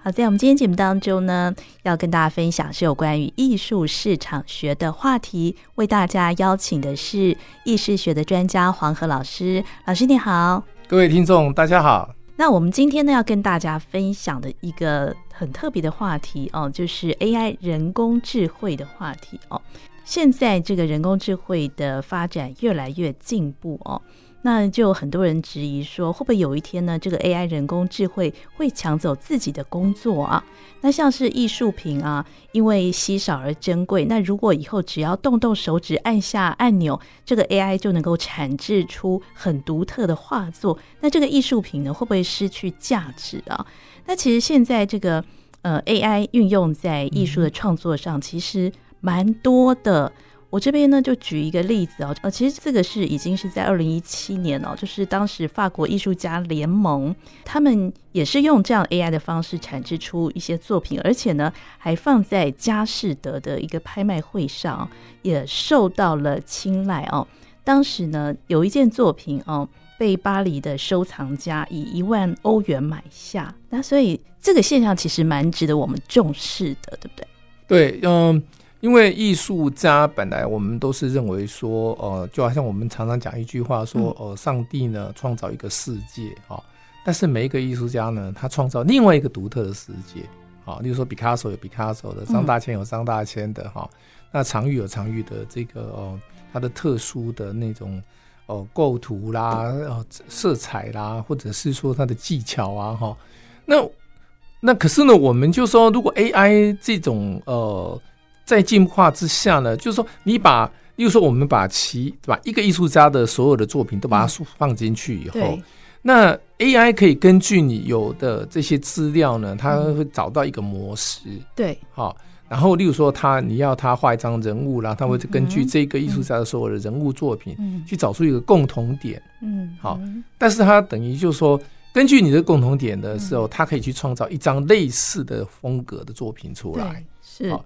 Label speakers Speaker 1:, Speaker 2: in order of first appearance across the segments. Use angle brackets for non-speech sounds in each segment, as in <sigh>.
Speaker 1: 好，在我们今天节目当中呢，要跟大家分享是有关于艺术市场学的话题。为大家邀请的是艺术学的专家黄河老师，老师你好。
Speaker 2: 各位听众，大家好。
Speaker 1: 那我们今天呢，要跟大家分享的一个很特别的话题哦，就是 AI 人工智慧的话题哦。现在这个人工智慧的发展越来越进步哦，那就有很多人质疑说，会不会有一天呢，这个 AI 人工智慧会抢走自己的工作啊？那像是艺术品啊，因为稀少而珍贵，那如果以后只要动动手指按下按钮，这个 AI 就能够产制出很独特的画作，那这个艺术品呢，会不会失去价值啊？那其实现在这个呃 AI 运用在艺术的创作上，其实。蛮多的，我这边呢就举一个例子哦，呃，其实这个是已经是在二零一七年哦，就是当时法国艺术家联盟，他们也是用这样 AI 的方式产制出一些作品，而且呢还放在佳士得的一个拍卖会上，也受到了青睐哦。当时呢有一件作品哦。被巴黎的收藏家以一万欧元买下，那所以这个现象其实蛮值得我们重视的，对不对？
Speaker 2: 对，嗯。因为艺术家本来我们都是认为说，呃，就好像我们常常讲一句话说，呃，上帝呢创造一个世界啊、哦，但是每一个艺术家呢，他创造另外一个独特的世界啊、哦。例如说，毕卡索有毕卡索的，张大千有张大千的哈、哦，那常玉有常玉的这个哦，他的特殊的那种哦构图啦、哦色彩啦，或者是说他的技巧啊哈。那那可是呢，我们就说，如果 AI 这种呃。在进化之下呢，就是说，你把，例如说，我们把其把一个艺术家的所有的作品都把它放进去以后，嗯、那 AI 可以根据你有的这些资料呢，它会找到一个模式。嗯、
Speaker 1: 对，
Speaker 2: 好、哦，然后例如说他，他你要他画一张人物啦，他会根据这个艺术家的所有的人物作品，嗯、去找出一个共同点。嗯，好、哦，但是它等于就是说。根据你的共同点的时候，它可以去创造一张类似的风格的作品出来。
Speaker 1: 是。哦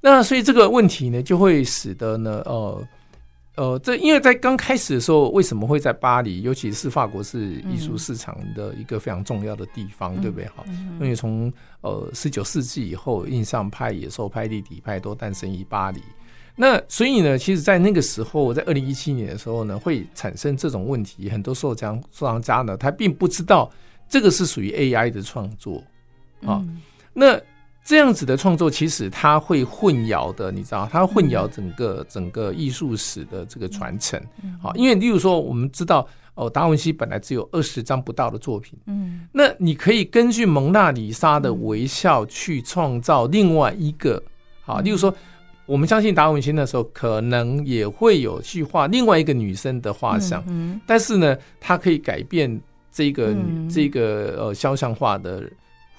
Speaker 2: 那所以这个问题呢，就会使得呢，呃，呃，这因为在刚开始的时候，为什么会在巴黎，尤其是法国是艺术市场的一个非常重要的地方，嗯、对不对？哈、嗯，因为从呃十九世纪以后，印象派、野兽派、立体派都诞生于巴黎。那所以呢，其实，在那个时候，在二零一七年的时候呢，会产生这种问题，很多收藏收藏家呢，他并不知道这个是属于 AI 的创作啊、嗯，那。这样子的创作，其实它会混淆的，你知道，它混淆整个、嗯、整个艺术史的这个传承。好、嗯，因为例如说，我们知道哦，达文西本来只有二十张不到的作品，嗯，那你可以根据蒙娜丽莎的微笑去创造另外一个。好，例如说，我们相信达文西那时候可能也会有去画另外一个女生的画像，嗯、但是呢，它可以改变这个这个呃肖像画的。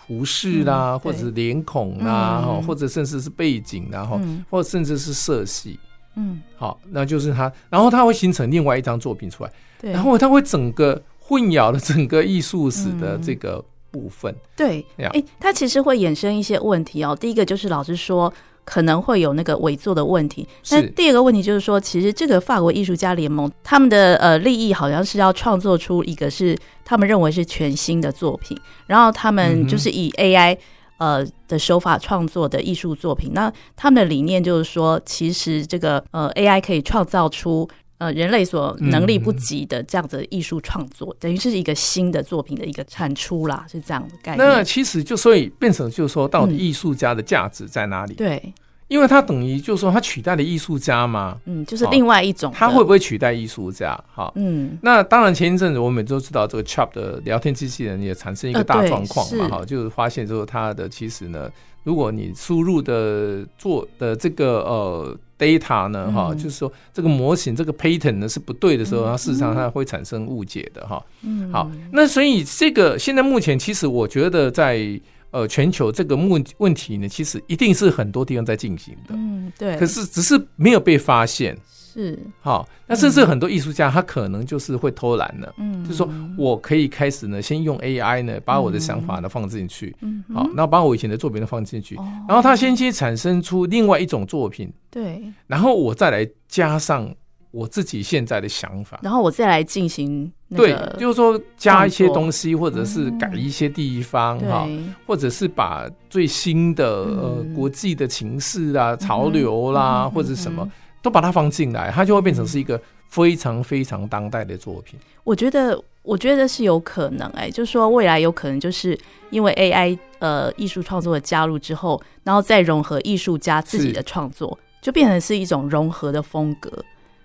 Speaker 2: 服饰啦，嗯、或者是脸孔啦，嗯、或者甚至是背景啦，然后、嗯、或甚至是色系，嗯，好，那就是它，然后它会形成另外一张作品出来，然后它会整个混淆了整个艺术史的这个部分。
Speaker 1: 对，哎、欸，它其实会衍生一些问题哦。第一个就是老师说可能会有那个伪作的问题，那第二个问题就是说，其实这个法国艺术家联盟他们的呃利益好像是要创作出一个是。他们认为是全新的作品，然后他们就是以 AI、嗯、呃的手法创作的艺术作品。那他们的理念就是说，其实这个呃 AI 可以创造出呃人类所能力不及的这样子艺术创作，嗯、等于是一个新的作品的一个产出啦，是这样的概念。
Speaker 2: 那其实就所以变成就是说，到底艺术家的价值在哪里？嗯、
Speaker 1: 对。
Speaker 2: 因为它等于就是说，它取代了艺术家嘛，
Speaker 1: 嗯，就是另外一种、哦，
Speaker 2: 它会不会取代艺术家？哈、哦，嗯，那当然前一阵子我们都知道，这个 Chat 的聊天机器人也产生一个大状况嘛，哈、呃哦，就是发现说它的其实呢，如果你输入的做的这个呃 data 呢，哈、嗯，就是嗯说这个模型这个 pattern 呢是不对的时候，它事实上它会产生误解的哈，嗯，好，那所以这个现在目前其实我觉得在。呃，全球这个问问题呢，其实一定是很多地方在进行的，
Speaker 1: 嗯，对。
Speaker 2: 可是只是没有被发现，
Speaker 1: 是
Speaker 2: 好、哦。那甚至很多艺术家他可能就是会偷懒了，嗯，就是说我可以开始呢，先用 AI 呢，把我的想法呢放进去，嗯，好、哦，那把我以前的作品都放进去，哦、然后他先去产生出另外一种作品，
Speaker 1: 对，
Speaker 2: 然后我再来加上。我自己现在的想法。
Speaker 1: 然后我再来进行那
Speaker 2: 对
Speaker 1: 个，
Speaker 2: 就是说加一些
Speaker 1: 创作嗯
Speaker 2: 东西，或者是改一些地方
Speaker 1: 对
Speaker 2: 哈，或者是把最新的呃
Speaker 1: 嗯
Speaker 2: 国际的情势啊、潮流
Speaker 1: 嗯
Speaker 2: 啦，
Speaker 1: 哼
Speaker 2: 或者什
Speaker 1: 嗯
Speaker 2: 么
Speaker 1: 哼嗯
Speaker 2: 都把它放进来，它就会变成是一个非常非常当代的作品。
Speaker 1: 我觉得，我觉得是有可能、哎，就是说未来有可能就是因为 AI 呃艺术创作的加入之后，然后再融合艺术家自己的创作，就变成是一种融合的风格。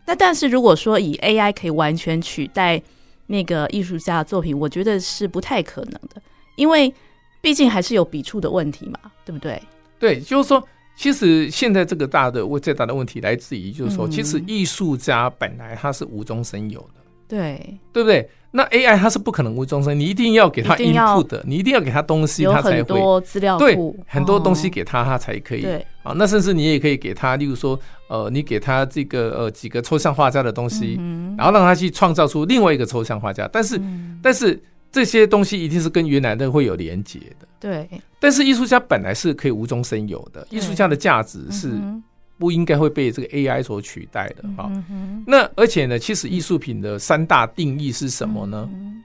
Speaker 1: 那但是如果说以 AI 可以完全取代那个艺术家的作品，我觉得是不太可能的，因为毕竟还是有笔触的问题嘛，对不对？
Speaker 2: 对，就是说，其实现在这个大的最大的问题来自于，就是说，
Speaker 1: 嗯
Speaker 2: 其实艺术家本来他是无中生有的，
Speaker 1: 对，
Speaker 2: 对不对？那 AI 它是不可能无中生，你一定要给他
Speaker 1: 一定要
Speaker 2: input 的，你一定要给他东西，
Speaker 1: 有
Speaker 2: 他才
Speaker 1: 很
Speaker 2: 会。
Speaker 1: 多哦资料
Speaker 2: 对
Speaker 1: 库，，
Speaker 2: 很多东西
Speaker 1: 哦
Speaker 2: 给他，他才可以
Speaker 1: 对
Speaker 2: 啊。那甚至你也可以给他，例如说，呃，你给他这个呃几个抽象画家的东西，
Speaker 1: 嗯
Speaker 2: 然后让他去创造出另外一个抽象画家。但是，
Speaker 1: 嗯
Speaker 2: 但是这些东西一定是跟原来的会有连结的。
Speaker 1: 对
Speaker 2: 但是艺术家本来是可以无中生有的，
Speaker 1: 对
Speaker 2: 艺术家的价值是
Speaker 1: 嗯
Speaker 2: 不应该会被这个 AI 所取代的
Speaker 1: 哼
Speaker 2: 哈、
Speaker 1: 嗯哼
Speaker 2: 那而且呢，其实艺术品的三大定义是什么呢？
Speaker 1: 嗯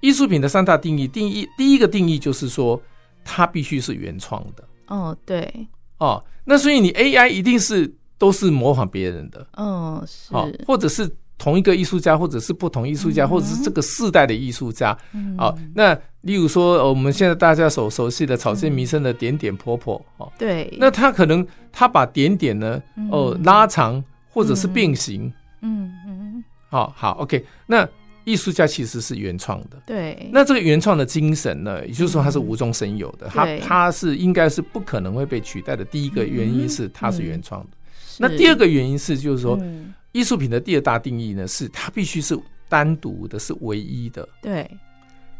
Speaker 2: 艺术品的三大定义，定义第一个定义就是说，它必须是原创的。
Speaker 1: 哦，对，
Speaker 2: 哦，那所以你 AI 一定是都是模仿别人的，
Speaker 1: 嗯，是，
Speaker 2: 哦，或者是同一个艺术家，或者是不同艺术家，
Speaker 1: 嗯哼
Speaker 2: 或者是这个世代的艺术家，
Speaker 1: 嗯
Speaker 2: 哦，那例如说、呃我们现在大家所熟悉的草间弥生的点点婆婆，哦，
Speaker 1: 对，
Speaker 2: 那他可能他把点点呢，哦、
Speaker 1: 嗯
Speaker 2: 拉长或者是变形，
Speaker 1: 嗯嗯，
Speaker 2: 好、好，OK，那艺术家其实是原创的。
Speaker 1: 对，
Speaker 2: 那这个原创的精神呢，也就是说它是无中生有的，它
Speaker 1: 嗯对
Speaker 2: 它是应该是不可能会被取代的。第一个原因是它是原创的。
Speaker 1: 嗯是
Speaker 2: 那第二个原因是，就是说，
Speaker 1: 嗯
Speaker 2: 艺术品的第二大定义呢，是它必须是单独的，是唯一的。
Speaker 1: 对，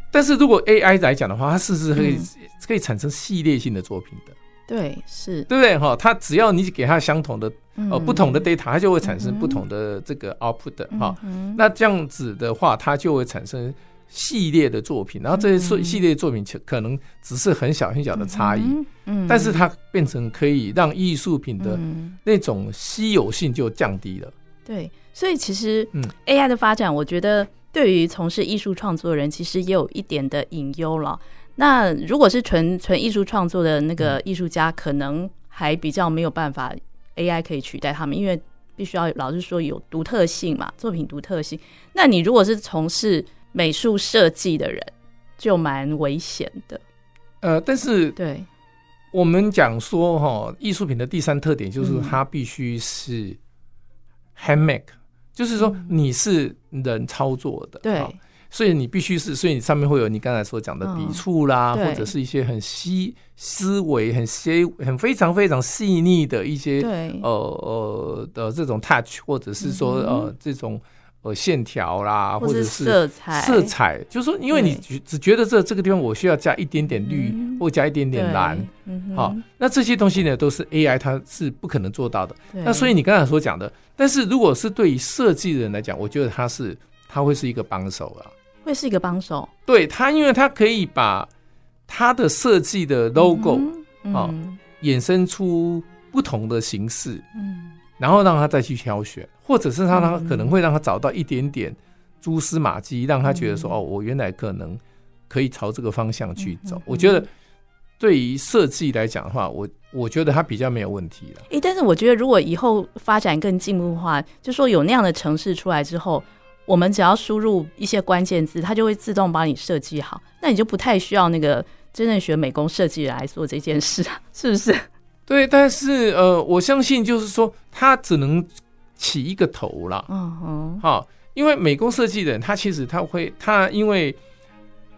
Speaker 2: 但是如果 AI 来讲的话，它是不是可以、
Speaker 1: 嗯
Speaker 2: 可以产生系列性的作品的，
Speaker 1: 对，是，
Speaker 2: 对不对？哈，它只要你给它相同的
Speaker 1: 嗯
Speaker 2: 呃不同的 data，它就会产
Speaker 1: 嗯
Speaker 2: 生
Speaker 1: 哼
Speaker 2: 不同的这个 output 的哈。，
Speaker 1: 嗯哼
Speaker 2: 那这样子的话，它就会产生系列的作品，然后这些
Speaker 1: 嗯
Speaker 2: 系系列作品其可能只是很小很小的差异，，
Speaker 1: 嗯哼，
Speaker 2: 但是它变成可以让艺术品的
Speaker 1: 嗯
Speaker 2: 那种稀有性就降低了。
Speaker 1: 对，所以其实
Speaker 2: 嗯
Speaker 1: AI 的发展，我觉得对于从事艺术创作的人，其实也有一点的隐忧了。那如果是纯纯艺术创作的那
Speaker 2: 嗯
Speaker 1: 个艺术家，可能还比较没有办法 AI 可以取代他们，因为必须要老是说有独特性嘛，作品独特性。那你如果是从事美术设计的人，就蛮危险的。
Speaker 2: 呃，但是
Speaker 1: 对，
Speaker 2: 我们讲说哈、艺术品的第三特点就是
Speaker 1: 嗯
Speaker 2: 它必须是 handmade，、就是说
Speaker 1: 嗯
Speaker 2: 你是人操作的，
Speaker 1: 对
Speaker 2: 好，所以你必须是，所以你上面会有你刚才所讲的
Speaker 1: 嗯
Speaker 2: 笔触啦，
Speaker 1: 对
Speaker 2: 或者是一些很细思维、很细、很非常非常细腻的一些
Speaker 1: 对，
Speaker 2: 呃呃的这种 touch，或者是说、
Speaker 1: 嗯哼
Speaker 2: 呃这种呃线条啦，或
Speaker 1: 或
Speaker 2: 者
Speaker 1: 是
Speaker 2: 是
Speaker 1: 色彩，
Speaker 2: 色彩，就是说，因为你只只觉得这这个地方我需要加一点点绿，
Speaker 1: 嗯
Speaker 2: 或加一点点蓝。
Speaker 1: 对，嗯哼
Speaker 2: 好、，那这些东西呢，都是 AI 它是不可能做到的。那
Speaker 1: 对
Speaker 2: 所以你刚才所讲的，但是如果是对于设计人来讲，我觉得它是它会是一个帮手啊。
Speaker 1: 会是一个帮手
Speaker 2: 对它，因为它可以把它的设计的 logo
Speaker 1: 嗯
Speaker 2: 好
Speaker 1: 嗯
Speaker 2: 衍生出不同的形式，
Speaker 1: 嗯，
Speaker 2: 然后让他再去挑选，或者是让他
Speaker 1: 嗯
Speaker 2: 可能会让他找到一点点蛛丝马迹，让他觉得说、
Speaker 1: 嗯
Speaker 2: 哦，我原来可能可以朝这个方向去走。
Speaker 1: 嗯嗯
Speaker 2: 我觉得对于设计来讲的话，我我觉得它比较没有问题了。
Speaker 1: 诶、但嗯是我觉得如果以后发展更进步的话，就说有那样的城市出来之后，我们只要输入一些关键字，它就会自动帮你设计好，那你就不太需要那个真正学美工设计来做这件 <laughs> 事，是不是？
Speaker 2: 对，但是呃，我相信就是说，它只能起一个头啦。
Speaker 1: 嗯哼，
Speaker 2: 哈、因为美工设计人他其实他会他因为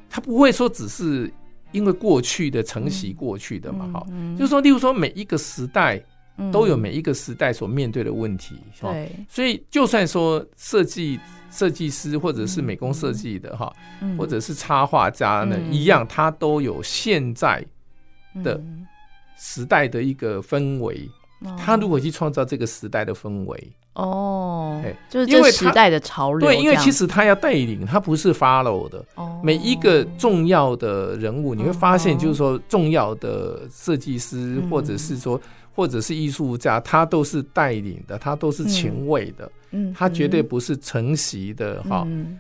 Speaker 2: 他不会说只是因为过去的承袭过去的嘛，哈、
Speaker 1: 嗯
Speaker 2: 就是说，例如说每一个时代都有每
Speaker 1: 嗯
Speaker 2: 一个时代所面对的问题，哈、
Speaker 1: 对，
Speaker 2: 所以就算说设计设计师或者是美工设计的哈，
Speaker 1: 嗯
Speaker 2: 或者是插画家呢，
Speaker 1: 嗯
Speaker 2: 一样他都有现在的
Speaker 1: 嗯
Speaker 2: 时代的一个氛围，
Speaker 1: 哦
Speaker 2: 他如果去创造这个时代的氛围，
Speaker 1: 哦
Speaker 2: 哎，
Speaker 1: 就是
Speaker 2: 因
Speaker 1: 这
Speaker 2: 为
Speaker 1: 时
Speaker 2: 他
Speaker 1: 代的潮流这
Speaker 2: 对，
Speaker 1: 样，
Speaker 2: 因为其实他要带领，他不是 follow 的。
Speaker 1: 哦
Speaker 2: 每一个重要的人物，你会发现，就是说重要的设计师，
Speaker 1: 嗯
Speaker 2: 或者是说，或者是艺术家，他都是带领的，他都是前卫的。
Speaker 1: 嗯，
Speaker 2: 它绝对不是承袭的哈、
Speaker 1: 嗯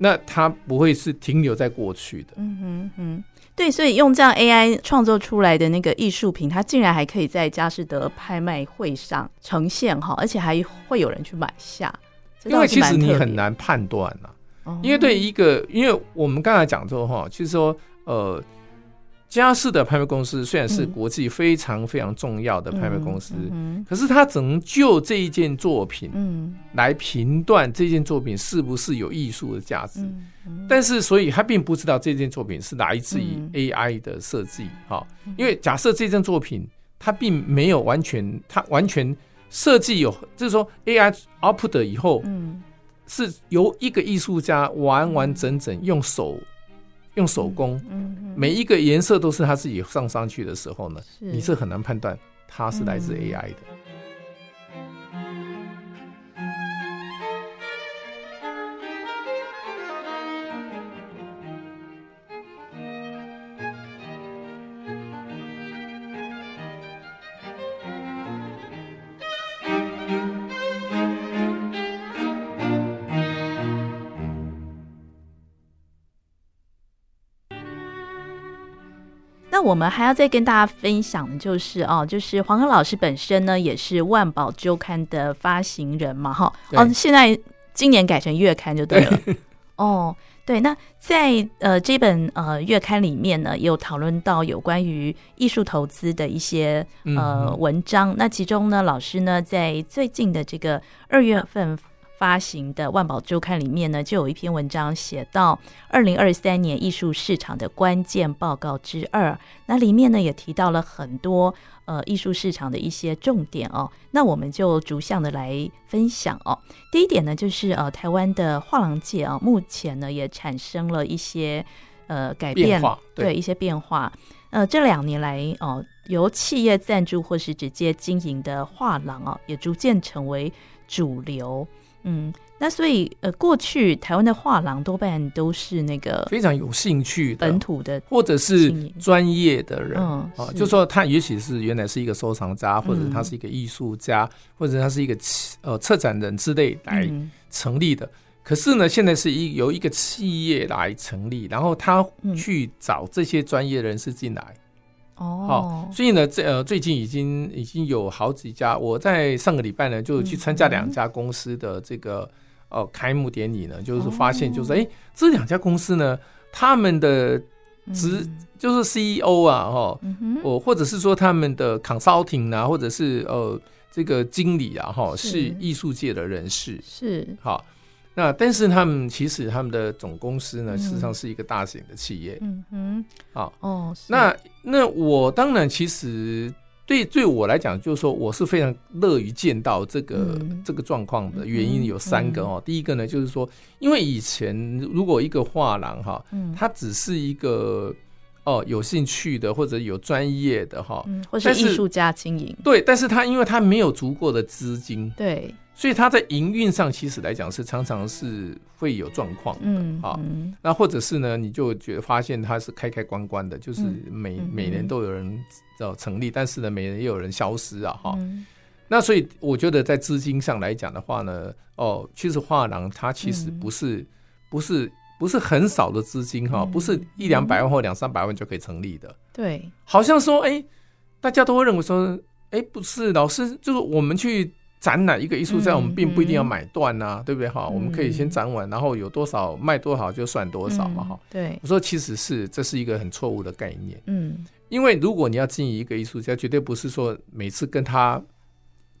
Speaker 2: 那它不会是停留在过去的。
Speaker 1: 嗯哼哼，对，所以用这样 AI 创作出来的那个艺术品，它竟然还可以在佳士得拍卖会上呈现哈，而且还会有人去买下，这
Speaker 2: 因
Speaker 1: 倒
Speaker 2: 为
Speaker 1: 是
Speaker 2: 其
Speaker 1: 蛮
Speaker 2: 实你
Speaker 1: 特
Speaker 2: 很
Speaker 1: 别，
Speaker 2: 难判断啊，
Speaker 1: 哦
Speaker 2: 因为对一个，因为我们刚才讲说哈，其实说呃，佳士得拍卖公司虽然是
Speaker 1: 嗯
Speaker 2: 国际非常非常重要的拍卖公司，
Speaker 1: 嗯
Speaker 2: 可是它只能就这一件作品
Speaker 1: 嗯
Speaker 2: 来评断这件作品是不是有艺术的价值。
Speaker 1: 嗯嗯
Speaker 2: 但是，所以他并不知道这件作品是来自于
Speaker 1: 嗯
Speaker 2: AI 的设计，哈、因为假设这件作品它并没有完全，它完全设计有，就是说 AI output 以后
Speaker 1: 嗯
Speaker 2: 是由一个艺术家完完整整用手用手工，
Speaker 1: 嗯，
Speaker 2: 每一个颜色都是他自己上上去的时候呢，
Speaker 1: 是
Speaker 2: 你是很难判断它是来自
Speaker 1: 嗯
Speaker 2: AI 的。
Speaker 1: 那我们还要再跟大家分享的就是哦，就是黄河老师本身呢也是《万宝周刊》的发行人嘛，哈，
Speaker 2: 对
Speaker 1: 哦，现在今年改成月刊就对了。 <laughs> 哦，对，那在呃这本呃月刊里面呢，也有讨论到有关于艺术投资的一些
Speaker 2: 嗯
Speaker 1: 呃
Speaker 2: 嗯
Speaker 1: 文章。那其中呢，老师呢在最近的这个二月份发行的《万宝周刊》里面呢，就有一篇文章写到二零二三年艺术市场的关键报告之二。那里面呢也提到了很多呃艺术市场的一些重点哦。那我们就逐项的来分享哦。第一点呢，就是呃台湾的画廊界啊、目前呢也产生了一些呃改变，
Speaker 2: 变化
Speaker 1: 对
Speaker 2: 对
Speaker 1: 一些变化。呃，这两年来哦、由企业赞助或是直接经营的画廊哦，也逐渐成为主流。嗯，那所以呃，过去台湾的画廊多半都是那个
Speaker 2: 非常有兴趣的
Speaker 1: 本土的，
Speaker 2: 或者是
Speaker 1: 经营
Speaker 2: 专业的人、
Speaker 1: 嗯
Speaker 2: 啊，
Speaker 1: 是
Speaker 2: 就说他也许是原来是一个收藏家，或者
Speaker 1: 嗯
Speaker 2: 他是一个艺术家，或者他是一个企呃策展人之类来
Speaker 1: 嗯
Speaker 2: 成立的。可是呢，现在是一由一个企业来成立，然后他
Speaker 1: 嗯
Speaker 2: 去找这些专业人士进来。
Speaker 1: 哦，
Speaker 2: 所以呢，这呃最近已经已经有好几家，我在上个礼拜
Speaker 1: 嗯
Speaker 2: 呢就去参加两家公司的这个呃开幕典礼呢，就是发现就是
Speaker 1: 哦
Speaker 2: 哎、诶这两家公司呢，他们的
Speaker 1: 直
Speaker 2: 直就是 CEO 啊，哦，
Speaker 1: 嗯哼，
Speaker 2: 哦，或者是说他们的 consulting 啊，或者是呃这个经理啊，哈，
Speaker 1: 是
Speaker 2: 是艺术界的人士，
Speaker 1: 是
Speaker 2: 哈。那但是他们其实他们的总公司呢，
Speaker 1: 嗯
Speaker 2: 事实上是一个大型的企业。
Speaker 1: 嗯哼，
Speaker 2: 好
Speaker 1: 哦，是
Speaker 2: 那那我当然其实对对我来讲，就是说我是非常乐于见到这个、
Speaker 1: 嗯
Speaker 2: 这个状况的原
Speaker 1: 嗯
Speaker 2: 因有三个哦。第一个呢，就是说，因为以前如果一个画廊哈，
Speaker 1: 嗯
Speaker 2: 它只是一个哦有兴趣的或者有专业的哈，
Speaker 1: 嗯，或是
Speaker 2: 但
Speaker 1: 艺
Speaker 2: 是
Speaker 1: 术家经营，
Speaker 2: 对，但是它因为它没有足够的资金，
Speaker 1: 对，
Speaker 2: 所以它在营运上其实来讲是常常是会有状况。
Speaker 1: 嗯，
Speaker 2: 好
Speaker 1: 嗯
Speaker 2: 那或者是呢，你就觉得发现它是开开关关的，就是
Speaker 1: 嗯
Speaker 2: 每、
Speaker 1: 嗯
Speaker 2: 每年都有人呃成立，但是呢，每年也有人消失啊，哈、
Speaker 1: 嗯
Speaker 2: 那所以我觉得在资金上来讲的话呢，哦，其实画廊它其实
Speaker 1: 嗯
Speaker 2: 不是、不是不是很少的资金哈、
Speaker 1: 嗯
Speaker 2: 不是一两百万或两三百万就可以成立的。
Speaker 1: 对，
Speaker 2: 好像说，哎、大家都会认为说，哎、不是，老师，就是我们去展览一个艺术家，
Speaker 1: 嗯
Speaker 2: 我们并不一定要
Speaker 1: 嗯
Speaker 2: 买断呐、对不对？哈、
Speaker 1: 嗯
Speaker 2: 我们可以先展完，然后有多少卖多少就算多少嘛，
Speaker 1: 嗯
Speaker 2: 哈、，
Speaker 1: 对，
Speaker 2: 我说，其实是这是一个很错误的概念，
Speaker 1: 嗯
Speaker 2: 因为如果你要经营一个艺术家，绝对不是说每次跟他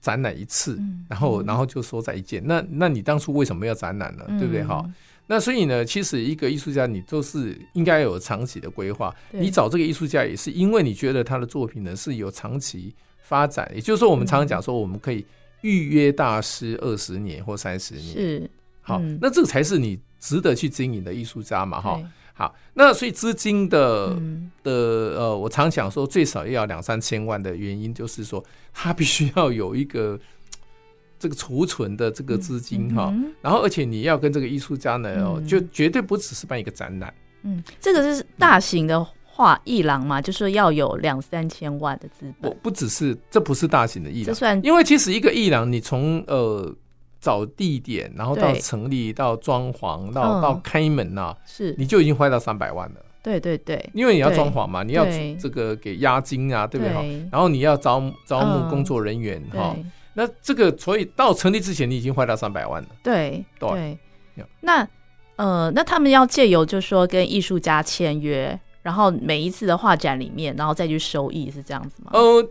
Speaker 2: 展览一次，
Speaker 1: 嗯
Speaker 2: 然后
Speaker 1: 嗯
Speaker 2: 然后就说再见。那那你当初为什么要展览呢？对不对？哈、
Speaker 1: 嗯
Speaker 2: 那所以呢，其实一个艺术家，你都是应该有长期的规划。
Speaker 1: 对
Speaker 2: 你找这个艺术家，也是因为你觉得他的作品呢是有长期发展，也就是说，我们常常讲说，我们可以预约大师二十年或三十年。
Speaker 1: 是
Speaker 2: 好
Speaker 1: 嗯，
Speaker 2: 那这个才是你值得去经营的艺术家嘛，哈
Speaker 1: 对。
Speaker 2: 好，那所以资金的
Speaker 1: 嗯
Speaker 2: 的呃，我常讲说最少要两三千万的原因，就是说他必须要有一个这个储存的这个资金哈。
Speaker 1: 嗯哼
Speaker 2: 然后，而且你要跟这个艺术家呢，哦
Speaker 1: 嗯
Speaker 2: 就绝对不只是办一个展览，
Speaker 1: 嗯，这个是大型的画艺廊嘛，就是要有两三千万的资
Speaker 2: 我
Speaker 1: 本，
Speaker 2: 不只是这不是大型的艺
Speaker 1: 这
Speaker 2: 廊，
Speaker 1: 算
Speaker 2: 因为其实一个艺廊，你从呃找地点，然后到
Speaker 1: 对
Speaker 2: 成立、到装潢、到、
Speaker 1: 嗯
Speaker 2: 到开门呐、
Speaker 1: 是，
Speaker 2: 你就已经花到三百万了，
Speaker 1: 对对对，
Speaker 2: 因为你要
Speaker 1: 对
Speaker 2: 装潢嘛，你要
Speaker 1: 对
Speaker 2: 这个给押金啊，对不对哈？
Speaker 1: 对
Speaker 2: 然后你要招招
Speaker 1: 嗯
Speaker 2: 募工作人员哈、
Speaker 1: 对
Speaker 2: 那这个所以到成立之前，你已经花到三百万了。
Speaker 1: 对
Speaker 2: 对
Speaker 1: 对
Speaker 2: Yeah
Speaker 1: 那呃，那他们要借由就说跟艺术家签约，然后每一次的画展里面，然后再去收益，是这样子吗？
Speaker 2: 呃，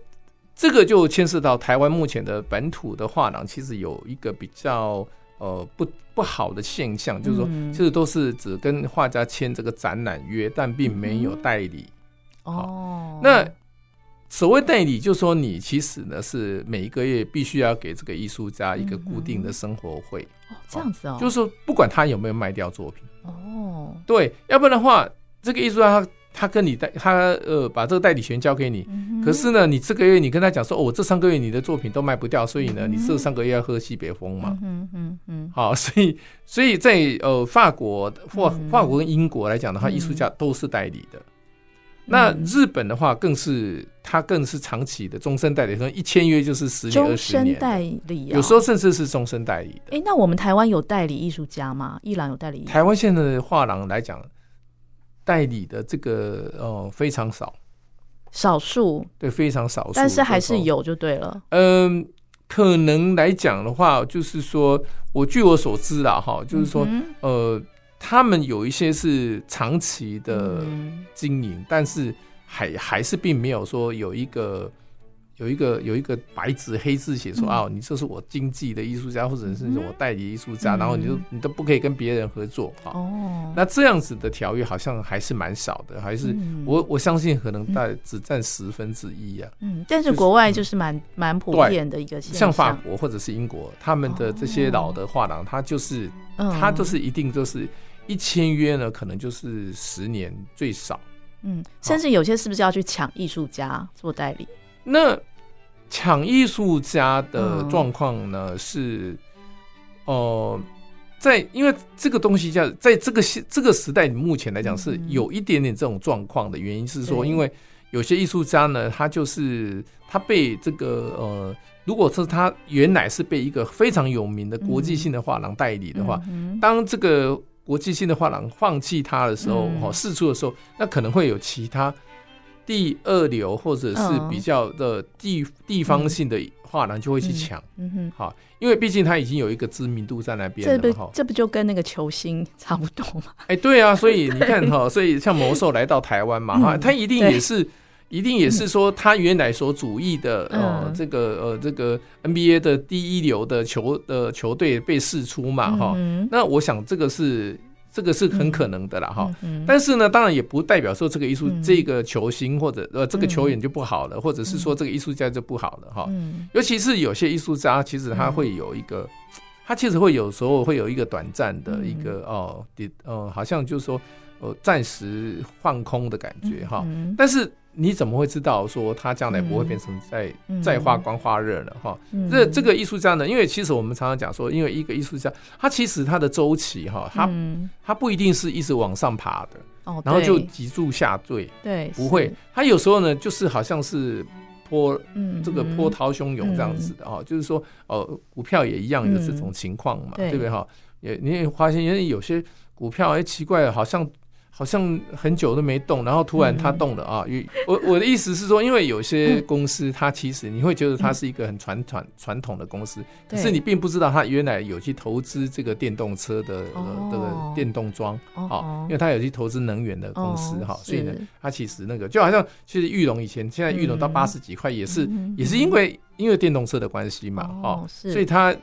Speaker 2: 这个就牵涉到台湾目前的本土的画廊，其实有一个比较呃不不好的现象，就是说，
Speaker 1: 嗯
Speaker 2: 其实都是只跟画家签这个展览约，但并没有
Speaker 1: 嗯
Speaker 2: 代理。
Speaker 1: 哦，
Speaker 2: 那所谓代理，就是说你其实呢是每一个月必须要给这个艺术家一个固定的生活费，
Speaker 1: 哦这样子哦，
Speaker 2: 就是说不管他有没有卖掉作品，
Speaker 1: 哦，
Speaker 2: 对，要不然的话，这个艺术家他他跟你代他呃把这个代理权交给你，
Speaker 1: 嗯哼
Speaker 2: 可是呢，你这个月你跟他讲说，哦，我这三个月你的作品都卖不掉，所以呢，
Speaker 1: 嗯
Speaker 2: 你这三个月要喝西北风嘛
Speaker 1: 嗯。哼嗯嗯
Speaker 2: 好，所以所以在呃法国或
Speaker 1: 嗯
Speaker 2: 法国跟英国来讲的话，
Speaker 1: 嗯
Speaker 2: 艺术家都是代理的。那日本的话，更是他更是长期的终身代理，可能一签约就是十年、二
Speaker 1: 终
Speaker 2: 十
Speaker 1: 身
Speaker 2: 年，
Speaker 1: 代理、啊，
Speaker 2: 有时候。甚至是终身代理的。
Speaker 1: 哎，那我们台湾有代理艺术家吗？伊朗有代理艺术家
Speaker 2: 台湾现在的画廊来讲，代理的这个呃非常少，
Speaker 1: 少数，
Speaker 2: 对，非常少数，
Speaker 1: 但是还
Speaker 2: 就是说
Speaker 1: 有就对了。
Speaker 2: 嗯，可能来讲的话，就是说我据我所知啦，哈，就是说、
Speaker 1: 嗯
Speaker 2: 呃，他们有一些是长期
Speaker 1: 哼
Speaker 2: 的
Speaker 1: 嗯
Speaker 2: 经营，但是还还是并没有说有一个。有一个有一个白纸黑字写
Speaker 1: 嗯
Speaker 2: 说啊，你这是我经纪的艺术家，或者是我代理艺术家，
Speaker 1: 嗯
Speaker 2: 然后你就你都不可以跟别人合作啊。
Speaker 1: 哦，
Speaker 2: 那这样子的条约好像还是蛮少的，还是
Speaker 1: 嗯
Speaker 2: 我我相信可能大概只占十分之一啊。
Speaker 1: 嗯，但是
Speaker 2: 就是
Speaker 1: 国外就是蛮蛮普
Speaker 2: 对
Speaker 1: 遍的一个现
Speaker 2: 像
Speaker 1: 象，
Speaker 2: 法国或者是英国，他们的这些老的画廊，它就是
Speaker 1: 嗯，
Speaker 2: 它就是一定就是一签约呢，可能就是十年最少。
Speaker 1: 嗯，甚至有些是不是要去抢艺术家做代理？
Speaker 2: 那抢艺术家的
Speaker 1: 嗯
Speaker 2: 状况呢、是，呃，在因为这个东西叫在这个现这个时代，目前来讲是
Speaker 1: 嗯
Speaker 2: 有一点点这种状况的原因是说，
Speaker 1: 对
Speaker 2: 因为有些艺术家呢，他就是他被这个呃。如果是他原来是被一个非常有名的国际性的画廊代理的话，
Speaker 1: 嗯嗯哼
Speaker 2: 当这个国际性的画廊放弃它的时候
Speaker 1: 嗯，
Speaker 2: 哦，试出的时候，那可能会有其他第二流或者是
Speaker 1: 嗯
Speaker 2: 比较的地地方性的画廊就会去抢，
Speaker 1: 嗯哼，
Speaker 2: 哈，因为毕竟它已经有一个知名度在那
Speaker 1: 这
Speaker 2: 边
Speaker 1: 不
Speaker 2: 了哈。
Speaker 1: 这不就跟那个球星差不多吗？
Speaker 2: 哎，对啊，所以你看哈，所以像魔兽来到台湾嘛，
Speaker 1: 嗯
Speaker 2: 哈，它一定
Speaker 1: 对
Speaker 2: 也是。一定也是说，他原来所主义的呃
Speaker 1: 嗯，
Speaker 2: 这个呃，这个 NBA 的第一流的球呃球队被释出嘛，啊哈、
Speaker 1: 嗯哼
Speaker 2: 那我想这个是这个是很可能的啦，哈、
Speaker 1: 嗯哼
Speaker 2: 但是呢，当然也不代表说这个艺术、
Speaker 1: 嗯
Speaker 2: 这个球星或者呃这
Speaker 1: 嗯
Speaker 2: 个球员就不好了，或者是说这个艺术家就不好了哈。
Speaker 1: 嗯
Speaker 2: 尤其是有些艺术家，其实他会有一个，他其实会有时候会有一个短暂的一个、
Speaker 1: 嗯
Speaker 2: 哦，底呃，好像就是说呃暂时放空的感觉哈。
Speaker 1: 嗯
Speaker 2: 但是你怎么会知道说他将来不会
Speaker 1: 嗯
Speaker 2: 变成再、
Speaker 1: 嗯
Speaker 2: 再发光发热了哈？
Speaker 1: 嗯
Speaker 2: 这这个艺术家呢，因为其实我们常常讲说，因为一个艺术家，他其实他的周期哈，他
Speaker 1: 嗯
Speaker 2: 他不一定是一直往上爬的，
Speaker 1: 哦，
Speaker 2: 然后就
Speaker 1: 对
Speaker 2: 急住下坠，
Speaker 1: 对
Speaker 2: 不会
Speaker 1: 是，
Speaker 2: 他有时候呢，就是好像是波
Speaker 1: 嗯
Speaker 2: 这个
Speaker 1: 嗯
Speaker 2: 波涛汹涌这样子的哈，就是说哦，股票也一样有这种情况嘛，
Speaker 1: 嗯对
Speaker 2: 对不对哈？也你也发现，因为有些股票哎奇怪，好像。好像很久都没动，然后突然
Speaker 1: 嗯
Speaker 2: 它动了啊！因为我我的意思是说，因为有些公司它其实你会觉得它是一个很传统传统的公司，
Speaker 1: 嗯
Speaker 2: 可
Speaker 1: 对
Speaker 2: 是你并不知道他原来有去投资这个电动车的
Speaker 1: 哦
Speaker 2: 呃这个电动桩
Speaker 1: 哦
Speaker 2: 啊，因为他有去投资能源的公司
Speaker 1: 哦
Speaker 2: 哈，所以呢
Speaker 1: 是，
Speaker 2: 他其实那个就好像其实玉龙以前现在玉龙到
Speaker 1: 嗯
Speaker 2: 八十几块也是
Speaker 1: 嗯
Speaker 2: 也是因为因为电动车的关系嘛
Speaker 1: 哦
Speaker 2: 哈，
Speaker 1: 是
Speaker 2: 所以他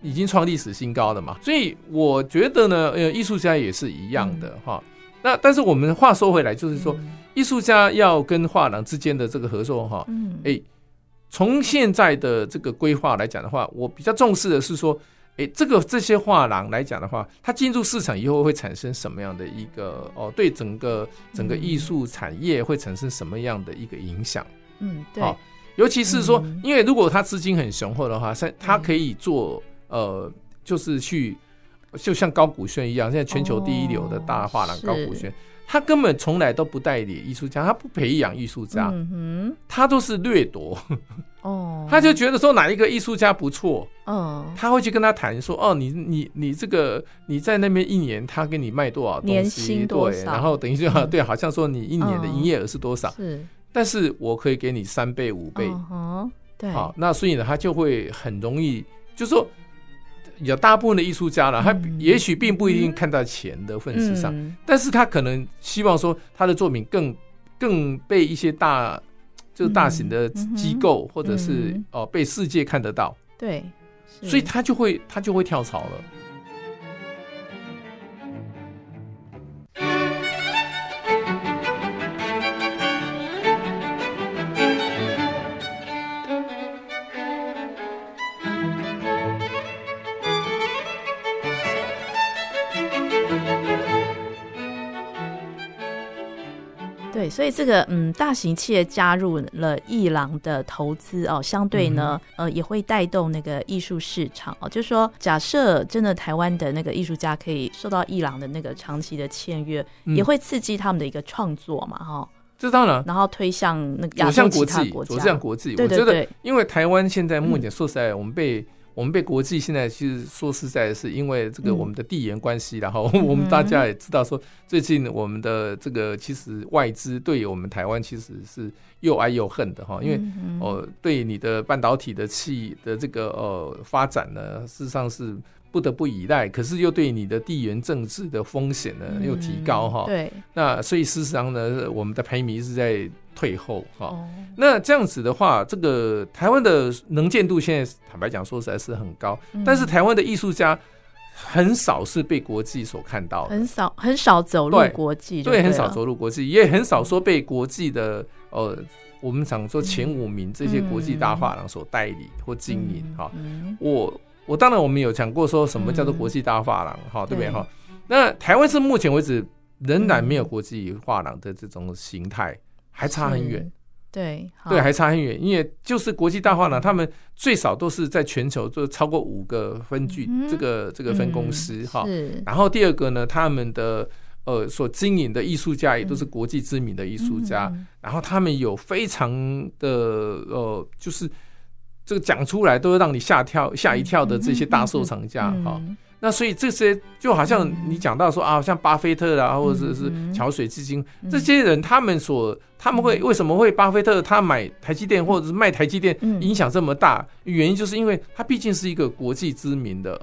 Speaker 2: 已经创历史新高了嘛，所以我觉得呢，呃，艺术家也是一样
Speaker 1: 嗯
Speaker 2: 的哈。那但是我们话说回来，就是说艺术家要跟画廊之间的这个合作哈，
Speaker 1: 嗯
Speaker 2: 哎从现在的这个规划来讲的话，我比较重视的是说，诶，这个这些画廊来讲的话，它进入市场以后会产生什么样的一个哦，对整个整个艺术产业会产生什么样的一个影响？
Speaker 1: 嗯对
Speaker 2: 好尤其是说
Speaker 1: 嗯，
Speaker 2: 因为如果它资金很雄厚的话，它它可以做呃，就是去就像高古轩一样，现在全球第一流的大画廊
Speaker 1: 哦
Speaker 2: 高古轩，他根本从来都不代理艺术家，他不培养艺术家，
Speaker 1: 嗯
Speaker 2: 他都是掠夺，
Speaker 1: 哼，哦，
Speaker 2: 他就觉得说哪一个艺术家不错，
Speaker 1: 嗯，
Speaker 2: 他会去跟他谈说，哦，你你你这个你在那边一年，他给你卖多少东西，
Speaker 1: 年薪多
Speaker 2: 对，
Speaker 1: 少
Speaker 2: 然后等于说、
Speaker 1: 嗯
Speaker 2: 对，好像说你一年的
Speaker 1: 嗯
Speaker 2: 营业额是多少，
Speaker 1: 是，
Speaker 2: 但是我可以给你三倍五倍，
Speaker 1: 嗯哼，对，
Speaker 2: 好、那所以呢，他就会很容易，就说有大部分的艺术家了，他
Speaker 1: 嗯
Speaker 2: 也许并不一定看在钱的份子上，
Speaker 1: 嗯
Speaker 2: 但是他可能希望说他的作品更更被一些大就是大型的
Speaker 1: 嗯嗯
Speaker 2: 机构、或者是
Speaker 1: 嗯
Speaker 2: 哦、被世界看得到，
Speaker 1: 对，是
Speaker 2: 所以他就会他就会跳槽了。
Speaker 1: 对，所以这个嗯，大型企业加入了艺廊的投资哦，相对呢，
Speaker 2: 嗯
Speaker 1: 呃，也会带动那个艺术市场哦。就是说，假设真的台湾的那个艺术家可以受到艺廊的那个长期的签约，
Speaker 2: 嗯
Speaker 1: 也会刺激他们的一个创作嘛，哈、
Speaker 2: 这当然。
Speaker 1: 然后推向那个亚
Speaker 2: 走
Speaker 1: 洲
Speaker 2: 向
Speaker 1: 其
Speaker 2: 国
Speaker 1: 他
Speaker 2: 际，
Speaker 1: 国
Speaker 2: 走
Speaker 1: 家
Speaker 2: 向。国际。
Speaker 1: 对对
Speaker 2: 我觉
Speaker 1: 对嗯
Speaker 2: 得，因为台湾现在目前说实在，我们被我们被国际现在其实说实在是因为这个
Speaker 1: 嗯
Speaker 2: 我们的地缘关系，然后
Speaker 1: 嗯哼
Speaker 2: 我们大家也知道说，最近我们的这个其实外资对我们台湾其实是又爱又恨的哈，因为。
Speaker 1: 嗯哼
Speaker 2: 哦，对你的半导体的气的这个呃发展呢，事实上是不得不依赖，可是又对你的地缘政治的风险呢呃又提高哈。
Speaker 1: 嗯对，
Speaker 2: 那所以事实上呢，我们的排名是在退后哈。
Speaker 1: 哦，
Speaker 2: 那这样子的话，这个台湾的能见度现在坦白讲，说实在是很高，
Speaker 1: 嗯
Speaker 2: 但是台湾的艺术家很少是被国际所看到的，
Speaker 1: 很少很少走入
Speaker 2: 对
Speaker 1: 国际就
Speaker 2: 对，很
Speaker 1: 了
Speaker 2: 少走入国际，也很少说被国际的
Speaker 1: 嗯
Speaker 2: 呃，我们常说前五名这些国际大画廊所代理或经营哈、
Speaker 1: 嗯
Speaker 2: 我我当然我们有讲过说什么叫做国际大画廊哈，对不对哈？那台湾是目前为止仍然没有国际画廊的这种形态，还差很远。，
Speaker 1: 是哦对
Speaker 2: 对，
Speaker 1: 好
Speaker 2: 啊还差很远，因为就是国际大画廊，他们最少都是在全球就超过五个分据，
Speaker 1: 嗯哼
Speaker 2: 这个这个分公司
Speaker 1: 嗯
Speaker 2: 哈。
Speaker 1: 是
Speaker 2: 然后第二个呢，他们的呃所经营的艺术家也都是国际知名的艺术家，
Speaker 1: 嗯
Speaker 2: 然后他们有非常的呃，就是这个讲出来都会让你吓跳吓一跳的这些大收藏家哈。
Speaker 1: 嗯
Speaker 2: 那所以这些就好像你讲到说啊，像巴菲特啦，或者是
Speaker 1: 嗯哼
Speaker 2: 桥水基金，
Speaker 1: 嗯
Speaker 2: 这些人他们所他们会为什么会巴菲特他买台积电或者是卖台积电
Speaker 1: 嗯
Speaker 2: 影响这么大？原因就是因为他毕竟是一个国际知名的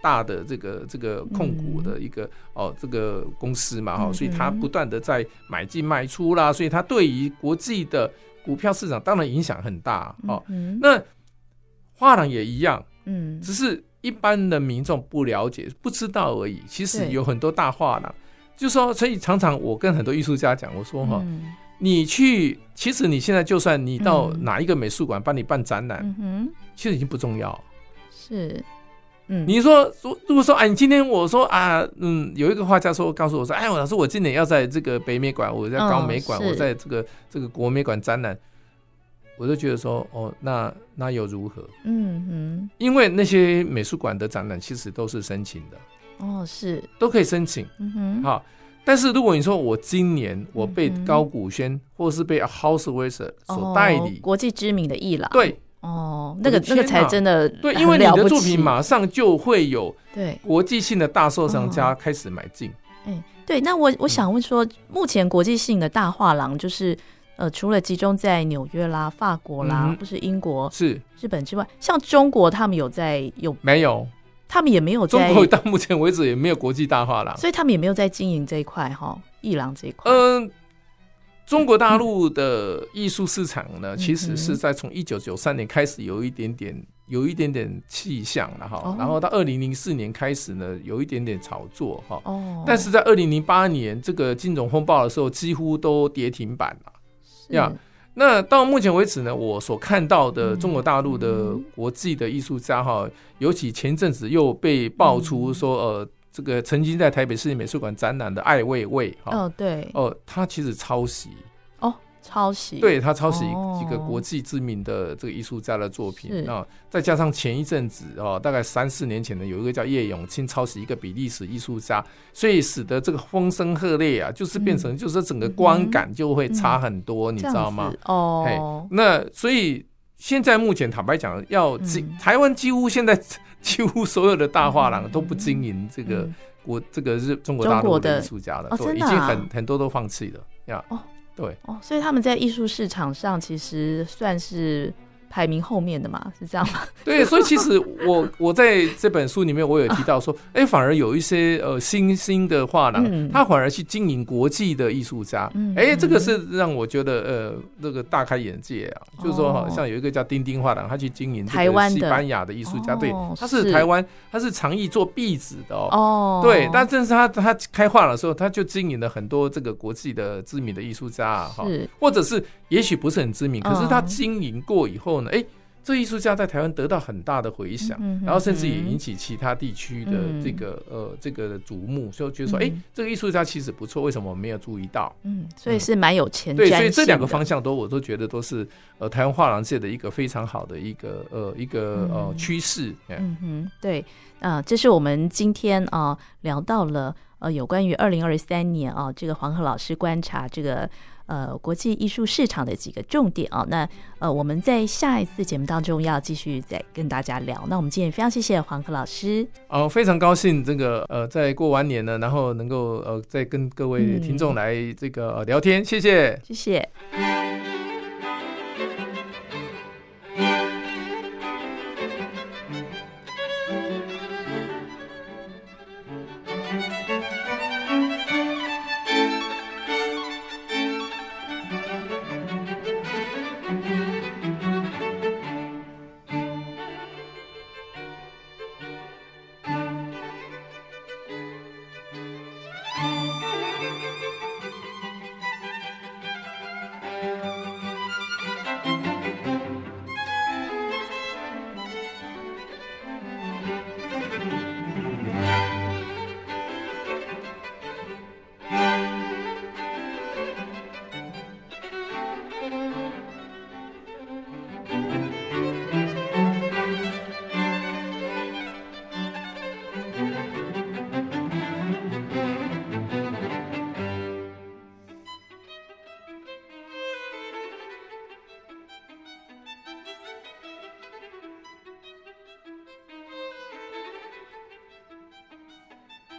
Speaker 2: 大的这个这个控股的一个哦这个公司嘛哈、
Speaker 1: 嗯
Speaker 2: 所以他不断的在买进卖出啦，所以他对于国际的股票市场当然影响很大哦。
Speaker 1: 嗯
Speaker 2: 那画廊也一样，
Speaker 1: 嗯
Speaker 2: 只是一般的民众不了解、不知道而已。其实
Speaker 1: 对
Speaker 2: 有很多大画廊，就说，所以常常我跟很多艺术家讲，我说哈、
Speaker 1: 嗯
Speaker 2: 你去，其实你现在就算你到
Speaker 1: 嗯
Speaker 2: 哪一个美术馆帮你办展览，
Speaker 1: 嗯哼
Speaker 2: 其实已经不重要。
Speaker 1: 是嗯
Speaker 2: 你说，如如果说啊，你今天我说啊，嗯，有一个画家说告诉我说，哎，我老师，我今年要在这个北美馆，我在
Speaker 1: 嗯
Speaker 2: 高美馆，
Speaker 1: 是
Speaker 2: 我在这个这个国美馆展览，我就觉得说，哦，那那又如何？
Speaker 1: 嗯
Speaker 2: 因为那些美术馆的展览其实都是申请的。
Speaker 1: 哼哦是
Speaker 2: 都可以申请
Speaker 1: 嗯哼
Speaker 2: 哈。但是如果你说我今年我被
Speaker 1: 嗯哼
Speaker 2: 高古轩或是被 House w e s e r 所代
Speaker 1: 哦
Speaker 2: 理，
Speaker 1: 国际知名的艺廊
Speaker 2: 对
Speaker 1: 哦
Speaker 2: 我
Speaker 1: 那
Speaker 2: 的
Speaker 1: 个那
Speaker 2: 天
Speaker 1: 个才
Speaker 2: 哪
Speaker 1: 真的
Speaker 2: 对，
Speaker 1: 很
Speaker 2: 因为你
Speaker 1: 了
Speaker 2: 的
Speaker 1: 不
Speaker 2: 作
Speaker 1: 起
Speaker 2: 品马上就会有
Speaker 1: 对
Speaker 2: 国际性的大收
Speaker 1: 嗯
Speaker 2: 藏家开始买进。
Speaker 1: 哎对那我我
Speaker 2: 嗯
Speaker 1: 想问说目前国际性的大画廊就是呃除了集中在纽约啦法国
Speaker 2: 嗯
Speaker 1: 啦
Speaker 2: 哼
Speaker 1: 或是英国
Speaker 2: 是
Speaker 1: 日本之外，像中国他们有在有
Speaker 2: 没有，
Speaker 1: 他们也没有
Speaker 2: 中
Speaker 1: 在
Speaker 2: 国到目前为止也没有国际大画廊。
Speaker 1: 所以他们也没有在经营这一块哈，艺廊这一块。
Speaker 2: 嗯、中国大陆的艺术市场呢，
Speaker 1: 嗯
Speaker 2: 其实是在从一九九三年开始有一点点。有一点点气象了
Speaker 1: 哦
Speaker 2: 哈，然后到二零零四年开始呢，有一点点炒作哈。
Speaker 1: 哦，
Speaker 2: 但是在二零零八年这个金融风暴的时候，几乎都跌停板了。
Speaker 1: 是
Speaker 2: 呀那到目前为止呢，我所看到的
Speaker 1: 嗯
Speaker 2: 中国大陆的
Speaker 1: 嗯
Speaker 2: 国际的艺术家哈，尤其前阵子又被爆出说，呃，这个曾经在台北市立美术馆展览的艾未未哈，
Speaker 1: 哦，对，
Speaker 2: 哦，他其实抄袭，
Speaker 1: 哦，抄袭，
Speaker 2: 对他抄袭
Speaker 1: 哦
Speaker 2: 一个国际知名的这个艺术家的作
Speaker 1: 是
Speaker 2: 品，那再加上前一阵子哦，大概三四年前呢，有一个叫叶永青抄袭一个比利时艺术家，所以使得这个风声鹤唳啊，就是变
Speaker 1: 嗯
Speaker 2: 成就是说整个观感就会差很多，你
Speaker 1: 这
Speaker 2: 知
Speaker 1: 样
Speaker 2: 道吗
Speaker 1: 子？？哦，
Speaker 2: 那所以现在目前坦白讲，要几、
Speaker 1: 嗯
Speaker 2: 台湾几乎现在 <laughs> 几乎所有的大画廊都不经营这个
Speaker 1: 嗯
Speaker 2: 国、这个日中国
Speaker 1: 中
Speaker 2: 大
Speaker 1: 国
Speaker 2: 陆
Speaker 1: 的
Speaker 2: 的艺术家了，
Speaker 1: 哦
Speaker 2: 对
Speaker 1: 真
Speaker 2: 已
Speaker 1: 的
Speaker 2: 经
Speaker 1: 啊
Speaker 2: 很很多都放弃了呀。
Speaker 1: 哦
Speaker 2: 对，
Speaker 1: 哦，所以他们在艺术市场上其实算是排名后面的嘛，是这样吗？
Speaker 2: 对，所以其实我 <laughs> 我在这本书里面我有提到说，哎、反而有一些呃新兴的画廊，
Speaker 1: 嗯
Speaker 2: 他反而去经营国际的艺术家
Speaker 1: 嗯，
Speaker 2: 哎、这个
Speaker 1: 嗯
Speaker 2: 是让我觉得呃那个大开眼界啊，就是说
Speaker 1: 哦
Speaker 2: 好像有一个叫丁丁画廊，他去经营这个
Speaker 1: 台湾的
Speaker 2: 西班牙的艺术家，
Speaker 1: 哦
Speaker 2: 对，他
Speaker 1: 是
Speaker 2: 是台湾，他是长意做壁纸的哦。
Speaker 1: 哦，
Speaker 2: 对，但正是他他开画廊的时候，他就经营了很多这个国际的知名的艺术家啊哈、
Speaker 1: 是
Speaker 2: 或者是也许不是很知名，
Speaker 1: 嗯
Speaker 2: 可是他经营过以后呢，哎、这艺术家在台湾得到很大的回响，
Speaker 1: 嗯哼
Speaker 2: 然后甚至也
Speaker 1: 嗯哼
Speaker 2: 引起其他地区的
Speaker 1: 嗯
Speaker 2: 这个、呃这个瞩目，所以觉得说，
Speaker 1: 嗯
Speaker 2: 哎、这个艺术家其实不错，为什么我没有注意到？
Speaker 1: 嗯，所以是蛮有前瞻
Speaker 2: 对，所以这两
Speaker 1: 性
Speaker 2: 个
Speaker 1: 的
Speaker 2: 方向都我都觉得都是呃台湾画廊界的一个非常好的一个呃一个呃
Speaker 1: 嗯
Speaker 2: 趋势。嗯
Speaker 1: 嗯哼，对，呃，这是我们今天啊、呃聊到了呃有关于二零二三年啊、这个黄河老师观察这个呃国际艺术市场的几个重点啊、那呃我们在下一次节目当中要继续再跟大家聊。那我们今天也非常谢谢黄河老师，
Speaker 2: 哦，非常高兴这个呃，在过完年呢，然后能够呃，再跟各位
Speaker 1: 嗯
Speaker 2: 听众来这个、呃聊天，谢谢。
Speaker 1: 谢谢。